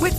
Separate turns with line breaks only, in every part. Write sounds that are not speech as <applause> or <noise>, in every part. With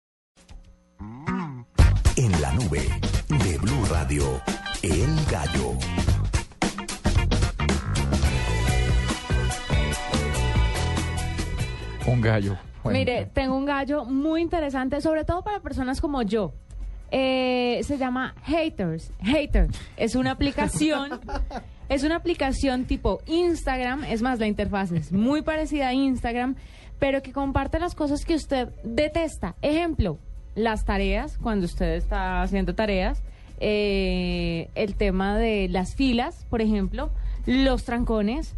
En la nube de Blue Radio, El Gallo.
Un gallo. Bueno,
<laughs>
Mire, tengo un gallo muy interesante, sobre todo para personas como yo. Eh, se llama Haters. Hater es una aplicación, es una aplicación tipo Instagram. Es más, la interfaz es muy parecida a Instagram, pero que comparte las cosas que usted detesta. Ejemplo, las tareas cuando usted está haciendo tareas, eh, el tema de las filas, por ejemplo, los trancones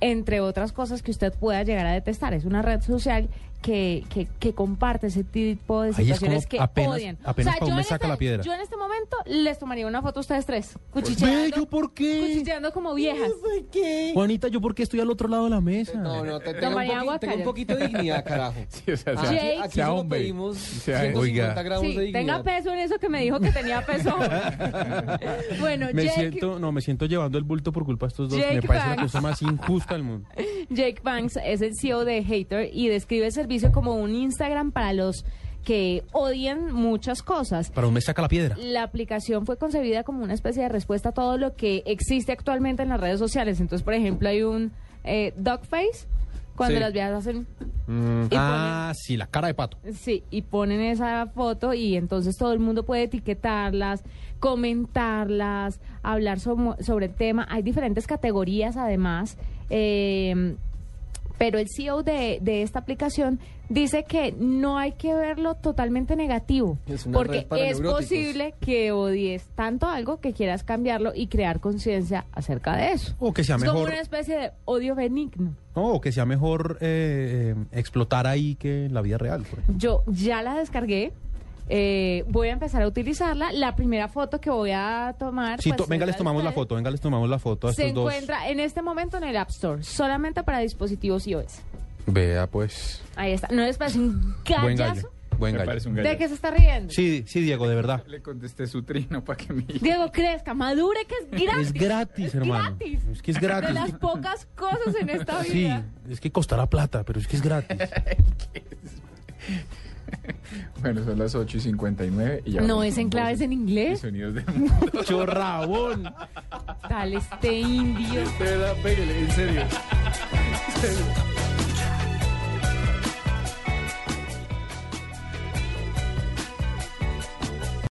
entre otras cosas que usted pueda llegar a detestar. Es una red social que, que, que comparte ese tipo de
Ahí es
situaciones
como
que
apenas-
odian.
apenas para
yo
un me
en
saca
este-
la piedra.
Yo en este momento les tomaría una foto a ustedes tres,
Ve,
cuchicheando,
¿yo por qué?
cuchicheando como viejas.
Juanita, ¿yo por qué estoy al otro lado de la mesa?
No, no, te, tenga,
Tomaría
un poquito,
agua,
tenga un
calla.
poquito de dignidad, carajo.
Sí, o sea,
Aquí,
sea-
Jake.
aquí
sea
solo
hombre.
pedimos
Sea-
150
oiga.
gramos
Sí,
de dignidad.
tenga peso en eso que me dijo que tenía peso.
<laughs>
bueno,
Me
Jake,
siento, no, me siento llevando el bulto por culpa de estos dos. me
Jake
parece la
Banks.
cosa más injusta del mundo.
Jake Banks es el CEO de Hater y describe el servicio como un Instagram para los que odian muchas cosas.
Para un me saca la piedra.
la aplicación fue concebida como una especie de respuesta a todo lo que existe actualmente en las redes sociales. Entonces, por ejemplo, hay un eh, dog face cuando
Sí. Mm,
las viejas hacen y
Ah, sí, la cara de pato.
ponen, sí y ponen esa foto y entonces todo el mundo puede etiquetarlas, comentarlas, hablar somo- sobre el tema. Hay diferentes categorías además. eh, pero el CEO de, de esta aplicación dice que no hay que verlo totalmente negativo,
Es una red
porque
para
es
neuróticos.
posible que odies tanto algo que quieras cambiarlo y crear conciencia acerca de eso.
O que sea
es como
mejor.
una especie de odio benigno.
No, o que sea mejor eh, eh, explotar ahí que en la vida real. por ejemplo.
Yo ya la descargué. eh, voy a empezar a utilizarla. La primera foto que voy a tomar.
Sí,
pues,
to- venga,
será
les tomamos la
ustedes.
foto, venga, les tomamos la foto a
Se
estos dos.
encuentra en este momento en el App Store, solamente para dispositivos iOS.
Vea, pues.
Ahí está. ¿No les parece un
Buen
gallazo?
gallo. Buen
Me
gallo.
parece un gallo.
¿De qué se está riendo?
Sí, sí, Diego, de verdad.
Le contesté su trino para que me...
Diego, crezca, madure, que es gratis.
Es gratis,
Es
hermano.
gratis.
Es que es
De
gratis.
las <laughs> pocas cosas en esta
Sí,
vida.
es que costará plata, pero es que es gratis.
Bueno, son las 8 y 59 y ya...
No
hablamos
es
con
en claves
voces
en
y
inglés.
sonidos del mundo.
Chorrabón.
Tal este indio.
De verdad, pégale, en serio.